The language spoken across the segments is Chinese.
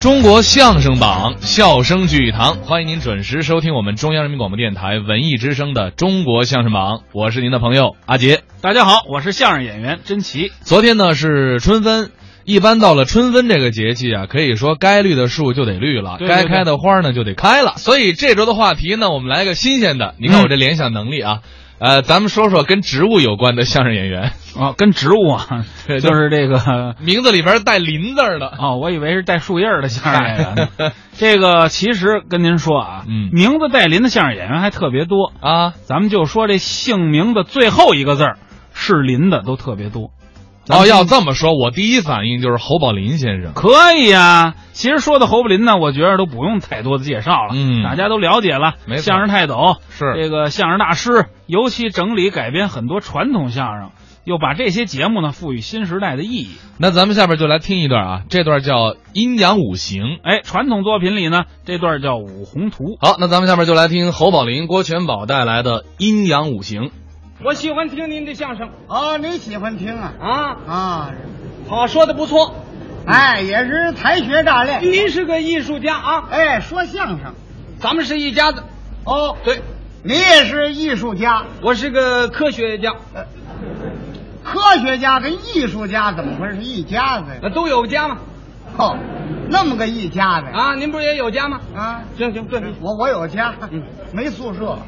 中国相声榜，笑声聚一堂，欢迎您准时收听我们中央人民广播电台文艺之声的《中国相声榜》，我是您的朋友阿杰。大家好，我是相声演员甄奇。昨天呢是春分，一般到了春分这个节气啊，可以说该绿的树就得绿了，对对对该开的花呢就得开了。所以这周的话题呢，我们来个新鲜嗯的。你看我这联想能力啊，呃，咱们说说跟植物有关的相声演员， 哦，跟植物啊，对就是这个名字里边带“林”字儿的。哦，我以为是带树叶儿的相声演员呢。 这个其实跟您说啊，嗯名字带林的相声演员还特别多。啊，咱们就说这姓名的最后一个字儿是林的都特别多。咱哦，们要这么说，我第一反应就是侯宝林先生。可以啊，其实说到侯宝林呢，我觉得都不用太多的介绍了，嗯大家都了解了。没错相声泰斗是这个相声大师，尤其整理改编很多传统相声，又把这些节目呢赋予新时代的意义。那咱们下边就来听一段啊，这段叫《阴阳五行》。哎，传统作品里呢，这段叫《五宏图》。好，那咱们下边就来听侯宝林、郭全宝带来的《阴阳五行》。我喜欢听您的相声哦，你喜欢听啊？啊啊，啊，说的不错。哎，也是才学炸裂。您是个艺术家啊，哎，说相声，咱们是一家子。哦，对，你也是艺术家，我是个科学家，科学家跟艺术家怎么会是一家子呀？那都有家嘛。哦，那么个一家子呀？啊，您不是也有家吗？啊，行行，对，我我有家嗯，没宿舍，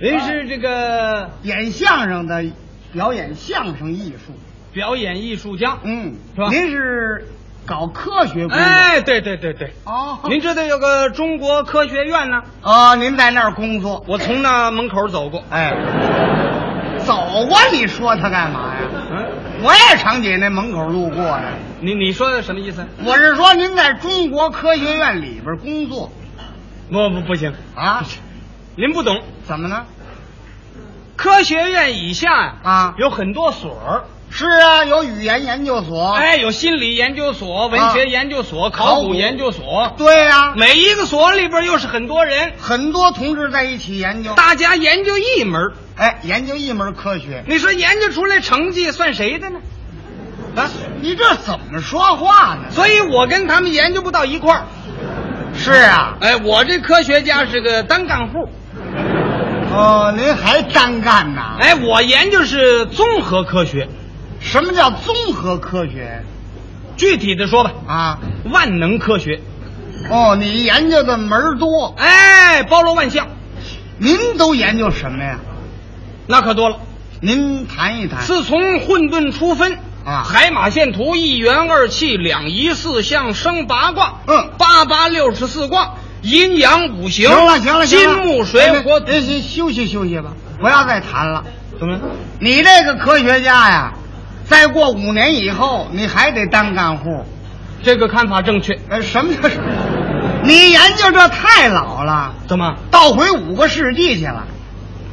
您是这个演相声的，表演相声艺术。表演艺术家。嗯，是吧您是搞科学工作？哎，对对对对，哦，您这得有个中国科学院呢，哦，您在那儿工作？我从那门口走过。哎，走啊！你说他干嘛呀？嗯，我也常姐那门口路过呀。你你说的什么意思？我是说，您在中国科学院里边工作不不不行，啊？您不懂，怎么呢？科学院以下呀啊有很多所儿。是啊，有语言研究所。，哎，有心理研究所、文学研究所、啊考古研究所，对呀、每一个所里边又是很多人，很多同志在一起研究。大家研究一门儿。哎，研究一门科学，你说研究出来成绩算谁的呢？啊，你这怎么说话呢？所以我跟他们研究不到一块儿。是啊，哎，我这科学家是个单干户，哦，您还单干呐？，哎，我研究是综合科学，什么叫综合科学具体的说吧，啊？万能科学，哦，你研究的门儿多，哎，包罗万象，您都研究什么呀？那可多了。您谈一谈。自从混沌初分哎啊海马线图、一元二气、两仪四象、生八卦，嗯八八六十四卦，阴阳五行。行了行了，行金了木水火土。哎您您休息休息吧，不要再谈了。怎么？你这个科学家呀，再过五年以后，你还得当干户。这个看法正确？呃，什么叫什你研究这太老了，怎么？倒回五个世纪去了，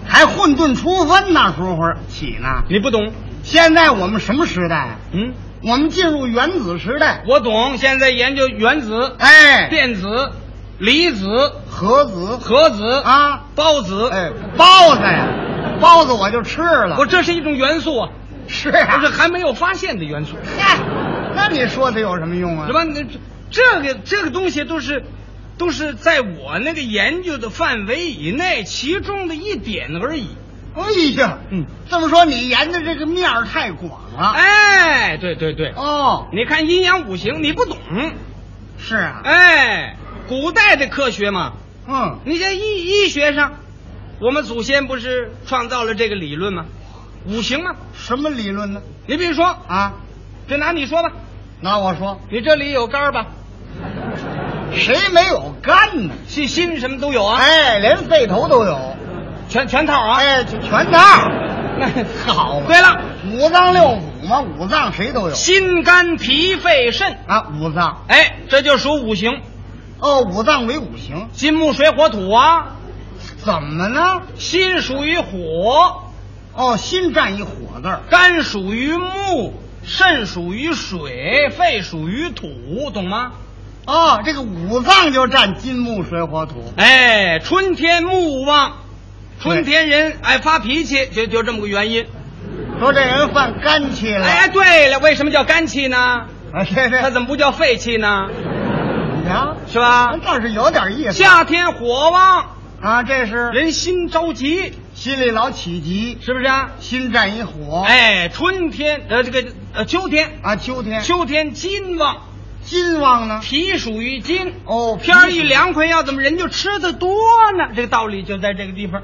还混沌初分那时候起呢。你不懂？现在我们什么时代啊？嗯，我们进入原子时代。我懂。现在研究原子、哎，电子、离子、核子核子、啊，孢子。哎，包子呀，包子我就吃了。我这是一种元素啊，是啊，这是还没有发现的元素，嗨，那你说它有什么用啊？是吧？那这这个这个东西都是。都是在我那个研究的范围以内，其中的一点而已。哎呀，嗯，这么说你研的这个面儿太广了。，哎，对对对，啊哦，你看阴阳五行，你不懂。是啊，哎，古代的科学嘛，嗯，你在医医学上，我们祖先不是创造了这个理论吗？五行嘛，什么理论呢？你比如说，啊，就拿你说吧，那我说，你这里有肝儿吧，谁没有肝呢？心心什么都有啊，哎，连肺头都有，全全套啊。哎，全套，那 好啊嘛 对了，五脏六腑嘛，五脏谁都有心肝脾肺肾，啊，五脏哎，这就属五行，哦，五脏为五行，金木水火土啊。怎么呢？心属于火，哦，心占一火字儿，肝属于木，肾属于水，肺属于土，懂吗？哦，这个五脏就占金木水火土，哎，春天木旺，对春天人爱发脾气，就就这么个原因。哎说这人犯肝气了，哎，对了，为什么叫肝气呢？啊，对对，它怎么不叫肺气呢？你是吧？啊倒是有点意思夏天火旺，啊。这是人心着急，心里老起急，是不是、啊？心战一火。哎，春天呃这个呃秋天，啊，秋天秋天金旺，金旺呢？脾属于金，哦，天儿一平时凉快，要怎么人就吃的多呢？这个道理就在这个地方。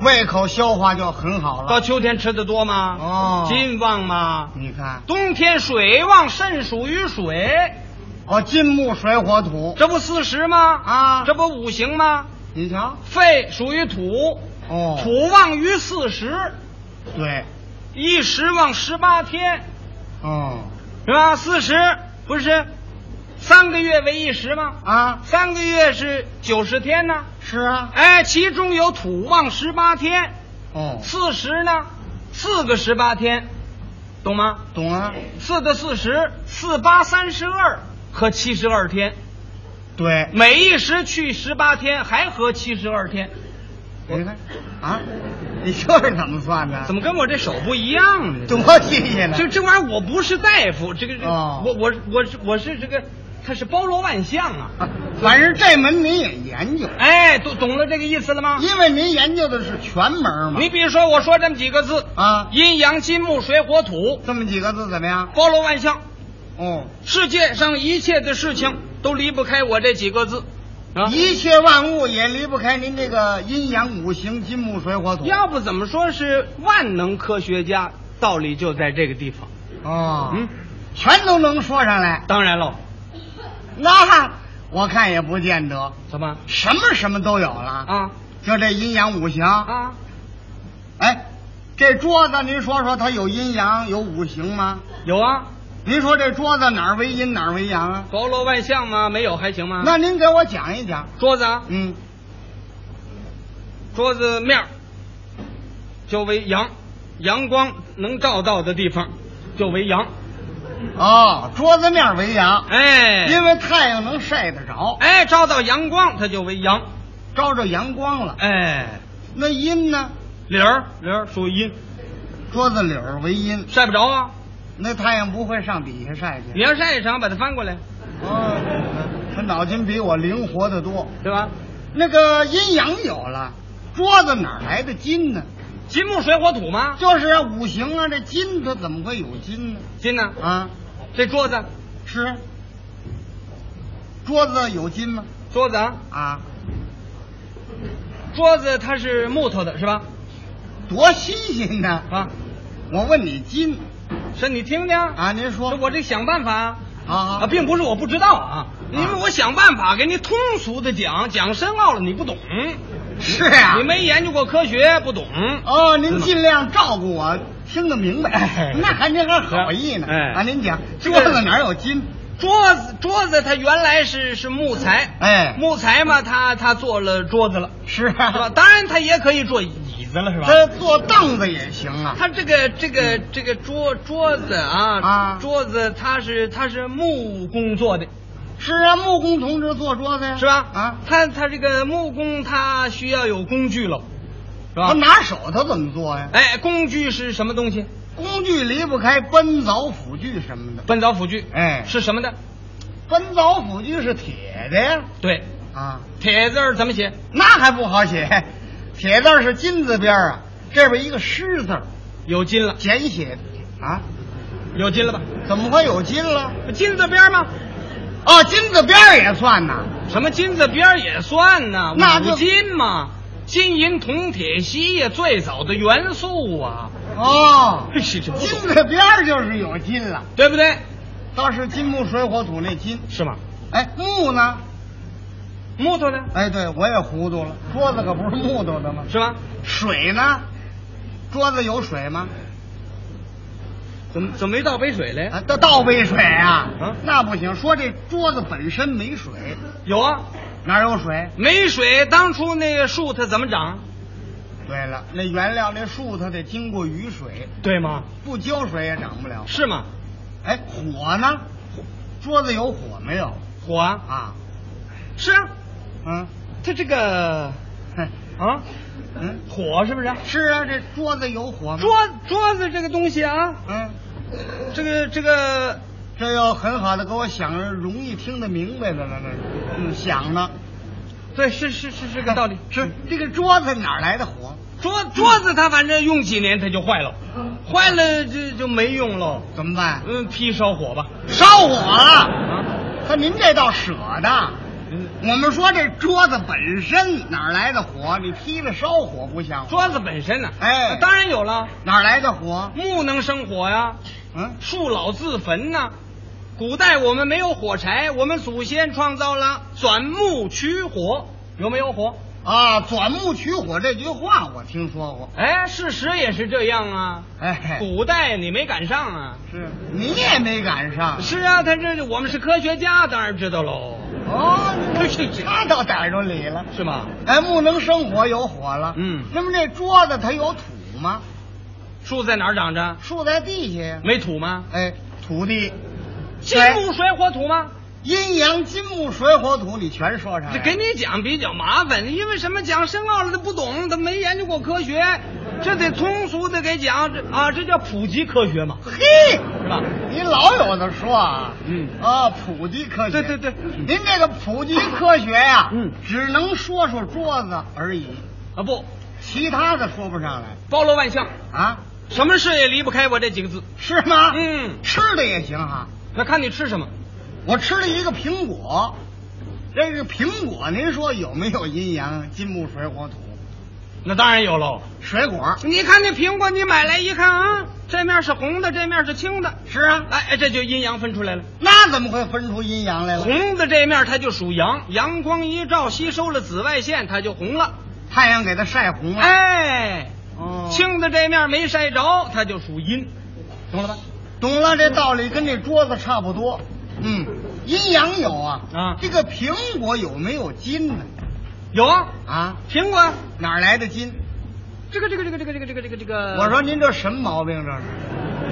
胃口消化就很好到了。秋天吃的多吗？哦金旺吗？你看，冬天水旺，肾属于水，哦，金木水火土这不四时吗？啊，这不五行吗？你瞧，肺属于土，哦，土旺于四时，对，一时旺十八天，哦是吧？四时不是三个月为一时吗？啊，三个月是九十天呢。是啊，哎，其中有土旺十八天，哦，四时呢，四个十八天，懂吗？懂啊，四的四十，四八三十二，合七十二天。对，每一时去十八天，还合七十二天，你看啊，你这是怎么算的？怎么么跟我这手不一样呢？多新鲜呢？这这玩意儿我不是大夫，这个、这个哦我我我是我是这个，它是包罗万象啊！啊反正这门您也研究，哎，懂懂了这个意思了吗？因为您研究的是全门嘛。你比如说，我说这么几个字：啊，阴阳、金木、水火土，这么几个字怎么样？包罗万象。哦，世界上一切的事情都离不开我这几个字，啊，一切万物也离不开您这个阴阳五行金木水火土。要不怎么说是万能科学家？道理就在这个地方。哦，嗯，全都能说上来。当然喽，那我看也不见得，怎么什么什么都有了。啊就这阴阳五行，啊？哎，这桌子您说说它有阴阳有五行吗？有啊，您说这桌子哪儿为阴哪儿为阳啊？包罗万象吗？没有还行吗？那您给我讲一讲。桌子啊，嗯，桌子面儿就为阳，阳光能照到的地方就为阳。哦，桌子面儿为阳，哎因为太阳能晒得着，哎，照到阳光它就为阳。照着阳光了。哎，那阴呢？理儿理儿属于阴，桌子柳儿为阴，晒不着啊。那太阳不会上底下晒去你。要晒一场，把它翻过来，哦，他脑筋比我灵活得多。对吧？那个阴阳有了，桌子哪儿来的金呢？金木水火土吗？就是啊，五行啊，这金它怎么会有金呢？金呢？啊，这桌子是桌子有金吗？桌子啊，啊，桌子它是木头的，是吧？多新鲜呢！啊，我问你金是你听听啊，啊，您说我这想办法啊。啊啊，并不是我不知道啊，因为啊我想办法给你通俗的讲，讲深奥了你不懂，是啊你没研究过科学不懂。哦，您尽量照顾我，听得明白哎，那还您还好意呢哎啊！您讲这桌个子哪儿有金？桌子桌子它原来是是木材，哎木材嘛，它它做了桌子了，是是吧？啊，当然它也可以做椅子了，是吧？这坐凳子也行啊。它这个这个这个桌桌子啊，嗯啊桌子它是它是木工做的，是啊，木工同志坐桌子呀，是吧？啊，它它这个木工它需要有工具喽，是吧他？拿手他怎么做呀？哎，工具是什么东西？工具离不开奔凿、斧锯什么的。奔凿斧锯，哎，是什么的？奔凿斧锯是铁的呀，对，啊，铁字儿怎么写？那还不好写， 铁字儿是金字边儿啊，这边一个狮字儿，有金了，简写啊，有金了吧？怎么会有金了？金字边儿吗？哦，金字边儿也算呐，什么金字边儿也算呐？那就五金嘛，金银铜铁锡呀，最早的元素啊，哎哦，是这不金懂字边儿就是有金了，对不对？倒是金木水火土那金，是吗？哎，木呢？木头呢？哎，对我也糊涂了，桌子可不是木头的吗？是吗？水呢？桌子有水吗？怎么怎么没倒杯水来？啊，倒倒杯水啊？啊那不行，说这桌子本身没水，有啊，哪有水？没水，当初那个树它怎么长？对了，那原料那树它得经过雨水，对吗？不浇水也长不了。是吗？哎，火呢？桌子有火没有？火啊，啊，是啊，嗯，它这个哼啊，嗯，火是不是？是啊，这桌子有火吗？桌桌子这个东西啊，嗯，这个这个这要很好的给我想着，容易听得明白的了，那是嗯想呢，对，是是是是个道理。嗯是这个桌子哪儿来的火？桌桌子它反正用几年它就坏了，嗯坏了这就没用喽。怎么办？嗯，劈烧火吧。烧火了！啊，可您这倒舍得。嗯我们说这桌子本身哪儿来的火？你劈了烧火不像话。桌子本身呢、哎当然有了，哪儿来的火？木能生火呀，嗯，树老自焚呐。古代我们没有火柴，我们祖先创造了钻木取火，有没有火？啊，钻木取火这句话我听说过。哎，事实也是这样啊。哎，古代你没赶上啊。是你也没赶上。是啊，他这我们是科学家，当然知道喽， 哦，你他倒逮着理了。是吗？哎，木能生火，有火了。嗯那么这桌子它有土吗？树在哪儿长着？树在地下呀。没土吗？哎，土地，金木水火土吗？哎阴阳金木水火土，你全说上来这了。给你讲比较麻烦，因为什么讲深奥了他不懂，他没研究过科学，这得通俗的给讲，这啊这叫普及科学嘛，嘿，是吧？你老有的说啊。嗯啊，普及科学。嗯对对对您这个普及科学呀、嗯只能说说桌子而已，啊不，其他的说不上来包罗万象，啊，什么事也离不开我这几个字。是吗？嗯吃的也行哈、那看你吃什么，我吃了一个苹果，这个苹果您说有没有阴阳金木水火土？那当然有喽。水果你看那苹果，你买来一看啊，这面是红的，这面是青的，是啊，哎，这就阴阳分出来了。那怎么会分出阴阳来了？红的这面它就属阳，阳光一照，吸收了紫外线，它就红了。太阳给它晒红了。，哎，嗯哦，青的这面没晒着，它就属阴，懂了吧？懂了，这道理跟这桌子差不多。嗯，阴阳有啊。啊这个苹果有没有金呢？有啊，啊，苹果，哪儿来的金？这个这个这个这个这个这个这个这个，我说您这什么毛病这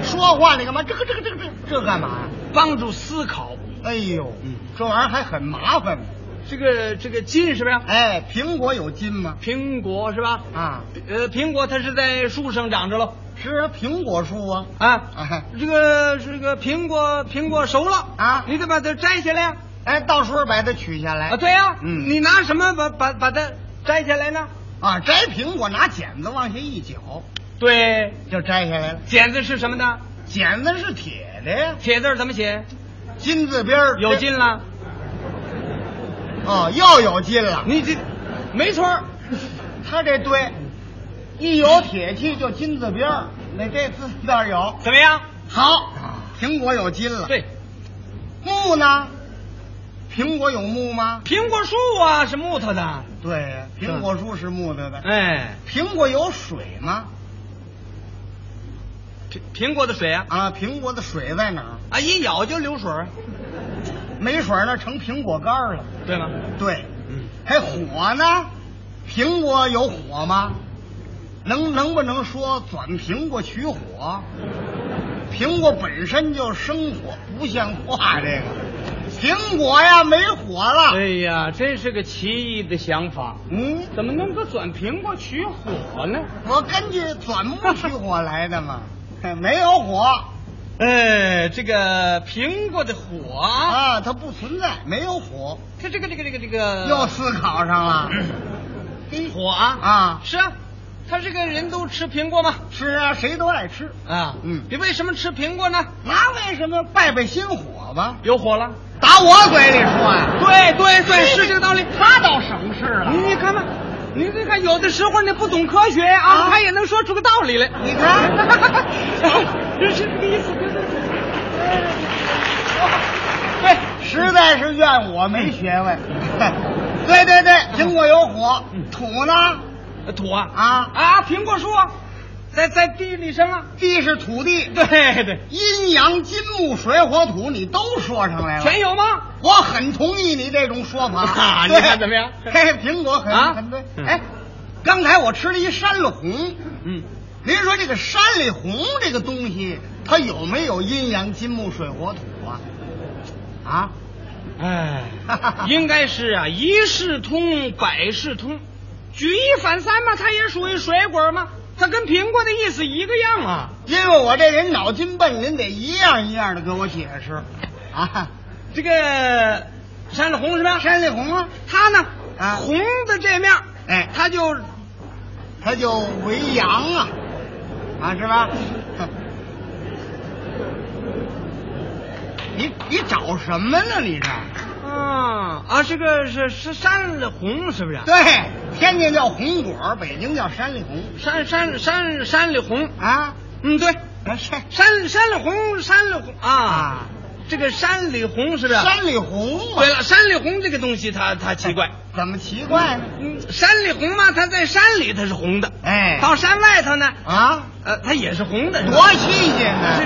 是？说话你干嘛？这个这个这个这个这干嘛呀？帮助思考，哎呦，这玩意儿还很麻烦呢。这个这个金是不是？哎，苹果有金吗？苹果是吧？啊，呃，苹果它是在树上长着喽是啊，苹果树啊。啊。哎这个这个苹果苹果熟了啊你得把它摘下来呀、哎，到时候把它取下来啊，对呀、嗯你拿什么把把把它摘下来呢？啊，摘苹果拿剪子往下一绞对，就摘下来了。剪子是什么呢？剪子是铁的呀，铁字儿怎么写？金字边儿有金了，哦，又有金了。你这没错儿，他这对，一有铁器就金字边儿，那这字倒是有。怎么样？好，苹果有金了。，啊对，木呢？苹果有木吗？苹果树啊是木头的，对呀，苹嗯果树是木头的。哎，苹果有水吗？苹苹果的水啊，啊，苹果的水在哪儿？啊一咬就流水儿，没水呢，成苹果干儿了。对吗？对，嗯，还火呢？苹果有火吗？能能不能说转苹果取火？苹果本身就生火，不像话这个。苹果呀，没火哎了。呀，真是个奇异的想法，嗯，怎么能够转苹果取火呢？我根据转木取火来的嘛，没有火哎，这个苹果的火啊，啊，它不存在，没有火，它这个这个这个这个又思考上了。 嘿火啊啊是啊，他这个人都吃苹果嘛是啊，谁都爱吃，啊，嗯你为什么吃苹果呢？那为什么败败心火吧？有火了，打我嘴里说啊呀、对对对，是这个道理。他倒省事了。你你看吧，你这看有的时候你不懂科学啊，啊他也能说出个道理来。你看， 这是这个意思，对对对。对，实在是怨我没学问。对对对，苹果有火，嗯土呢？呃土啊啊啊，苹果树啊，在在地里生啊。地是土地，对对，阴阳金木水火土，你都说上来了。全有吗？我很同意你这种说法。啊对你看怎么样 嘿，苹果很、啊很对。嗯哎，刚才我吃了一山里红，嗯，您说这个山里红这个东西，它有没有阴阳金木水火土啊？啊？ 哎，应该是啊，一视通，百视通，举一反三嘛，它也属于水果嘛。它跟苹果的意思一个样啊。因为我这人脑筋笨，您得一样一样的给我解释啊。这个山里红是吧？山里红啊，它呢，啊红的这面儿，哎它就它就为阳啊，啊是吧？你你找什么呢？你这啊啊，这个是是山里红是不是？，对，天津叫红果，北京叫山里红山山山山里红，啊，嗯对，啊山山山里红山里红啊啊这个山里红是不是？山里红啊，对了，山里红这个东西它它奇怪，怎么奇怪呢？嗯，山里红嘛，它在山里它是红的，哎，到山外头呢，啊，呃，它也是红的，是吧多新鲜呢！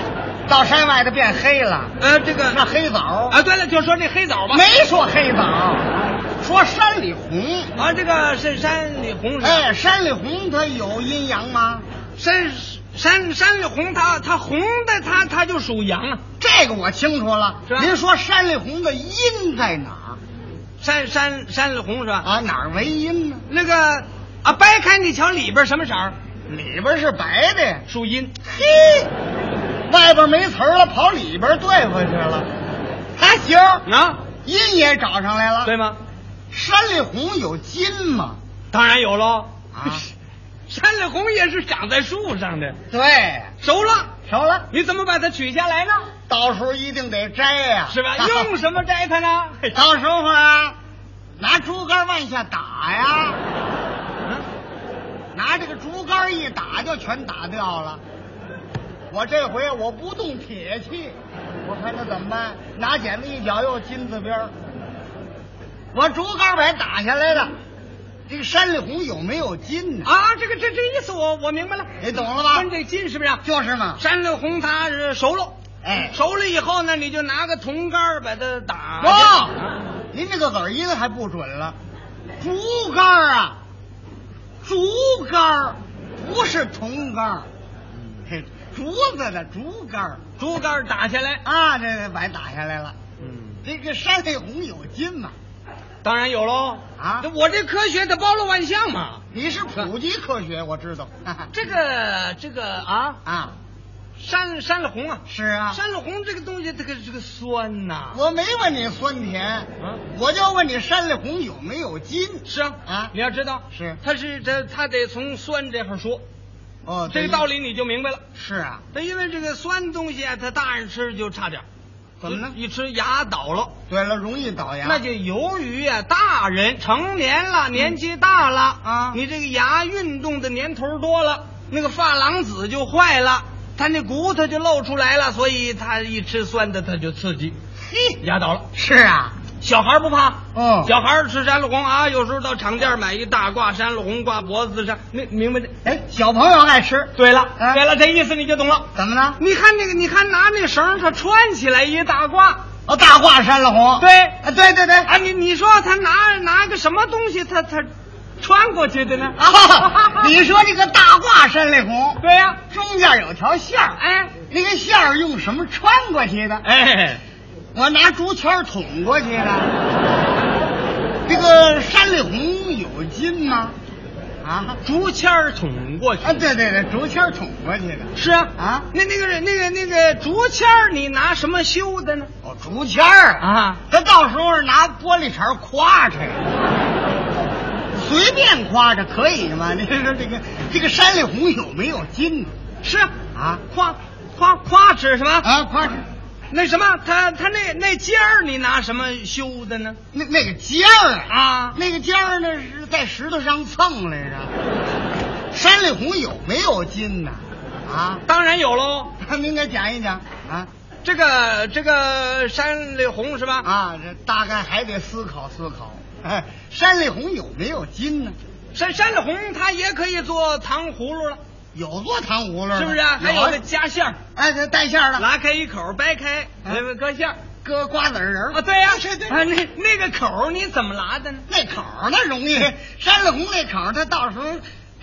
到山外头变黑了，呃这个那黑枣啊，对了，就说这黑枣吧，没说黑枣，说山里红。啊，这个是山里红是吧？哎，山里红它有阴阳吗？山山山里红它它红的它它就属阳啊，这个我清楚了是吧。啊您说山里红的阴在哪山山山里红是吧？儿啊？哪儿为阴呢？那个啊，掰开你瞧里边什么色儿？里边是白的呀。属阴。嘿，外边没词儿了，跑里边对付去了，还行啊，阴也找上来了。对，吗？山里红有金吗？当然有喽。啊，山里红也是长在树上的，对，熟了，熟了，你怎么把它取下来呢？到时候一定得摘呀、是 吧？用什么摘它呢？到时候啊，拿竹竿往下打呀，嗯拿这个竹竿一打就全打掉了。我这回啊我不动铁器，我看他怎么办？拿剪子一绞，又金字边儿我竹竿把它打下来了，这个山里红有没有金呢？啊，这个这这意思我我明白了，你懂了吧跟？这金是不是啊？就是嘛，山里红它是熟了，哎，熟了以后呢，你就拿个铜杆儿把它打。哇，啊您这个子儿音还不准了，竹竿儿啊，竹竿儿不是铜竿儿，嗯嘿，竹子的竹竿儿竹竿儿打下来，啊，这这把打下来了。嗯，这个山里红有金嘛？当然有喽。啊这，我这科学它包罗万象嘛。你是普及科学，我知道。哈哈这个这个啊，啊，山山里红啊，是啊，山里红这个东西，这个这个酸呐、啊我没问你酸甜，我就问你山里红有没有金？是啊啊你要知道，是它是这它得从酸这块说，哦，这个道理你就明白了。是啊，那因为这个酸东西啊，它大人吃就差点儿，怎么呢？一吃牙倒了。对了，容易倒牙。那就由于啊，大人成年了，年纪大了啊你这个牙运动的年头多了，那个珐琅质就坏了，他那骨头就露出来了，所以他一吃酸的他就刺激，嘿，牙倒了。是啊，小孩儿不怕，嗯小孩儿吃山里红啊，有时候到厂店买一大挂山里红挂脖子上，明明白这？哎，小朋友爱吃，对了，啊对了，这意思你就懂了。怎么了？你看那个，你看拿那绳儿它穿起来一大挂，哦，大褂山里红。对啊，对对对，啊，你你说他拿拿个什么东西，他他穿过去的呢？ 啊，你说这个大褂山里红，对呀、中间有条线儿，哎那个线儿用什么穿过去的？哎，我拿竹签捅过去的。 这个山里红有金吗？啊竹签儿捅过去。啊，对对对，竹签捅过去的。是啊啊那那个那个那个竹签儿，你拿什么修的呢？哦，竹签儿啊他到时候拿玻璃碴儿夸着 呀，随便夸着可以吗？你说这个这个山里红有没有金呢？是啊，啊夸夸夸指什么？啊，夸着那什么，他他那那尖儿你拿什么修的呢？那那个尖儿啊，啊，那个尖儿呢是在石头上蹭来着。山里红有没有金呢？啊， 当然有喽。您给讲一讲啊这个这个山里红是吧？啊，这大概还得思考思考。哎，山里红有没有金呢？山山里红它也可以做糖葫芦了，有做糖葫芦的是不是啊？还有啊那夹馅儿，哎，这带馅儿的，拉开一口，掰开，啊里面搁馅儿。搁瓜子仁儿啊，对呀、对对啊，那那个口儿你怎么拉的呢？那口儿那容易，山里红那口儿，他到时候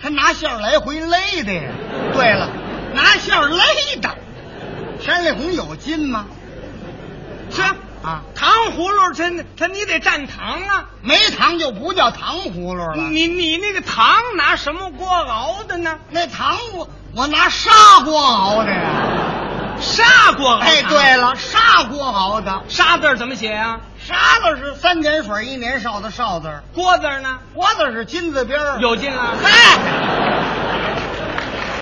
他拿馅儿来回勒的呀。对了，拿馅儿勒的，山里红有筋吗？是啊，啊，糖葫芦它它你得蘸糖啊，没糖就不叫糖葫芦了。你你那个糖拿什么锅熬的呢？那糖我我拿砂锅熬的呀。砂锅熬。哎，对，了，砂锅熬的，砂字儿怎么写啊？沙子是三点水一年少的少字儿，锅字儿呢？锅子是金字边儿。哎有劲了。嗨。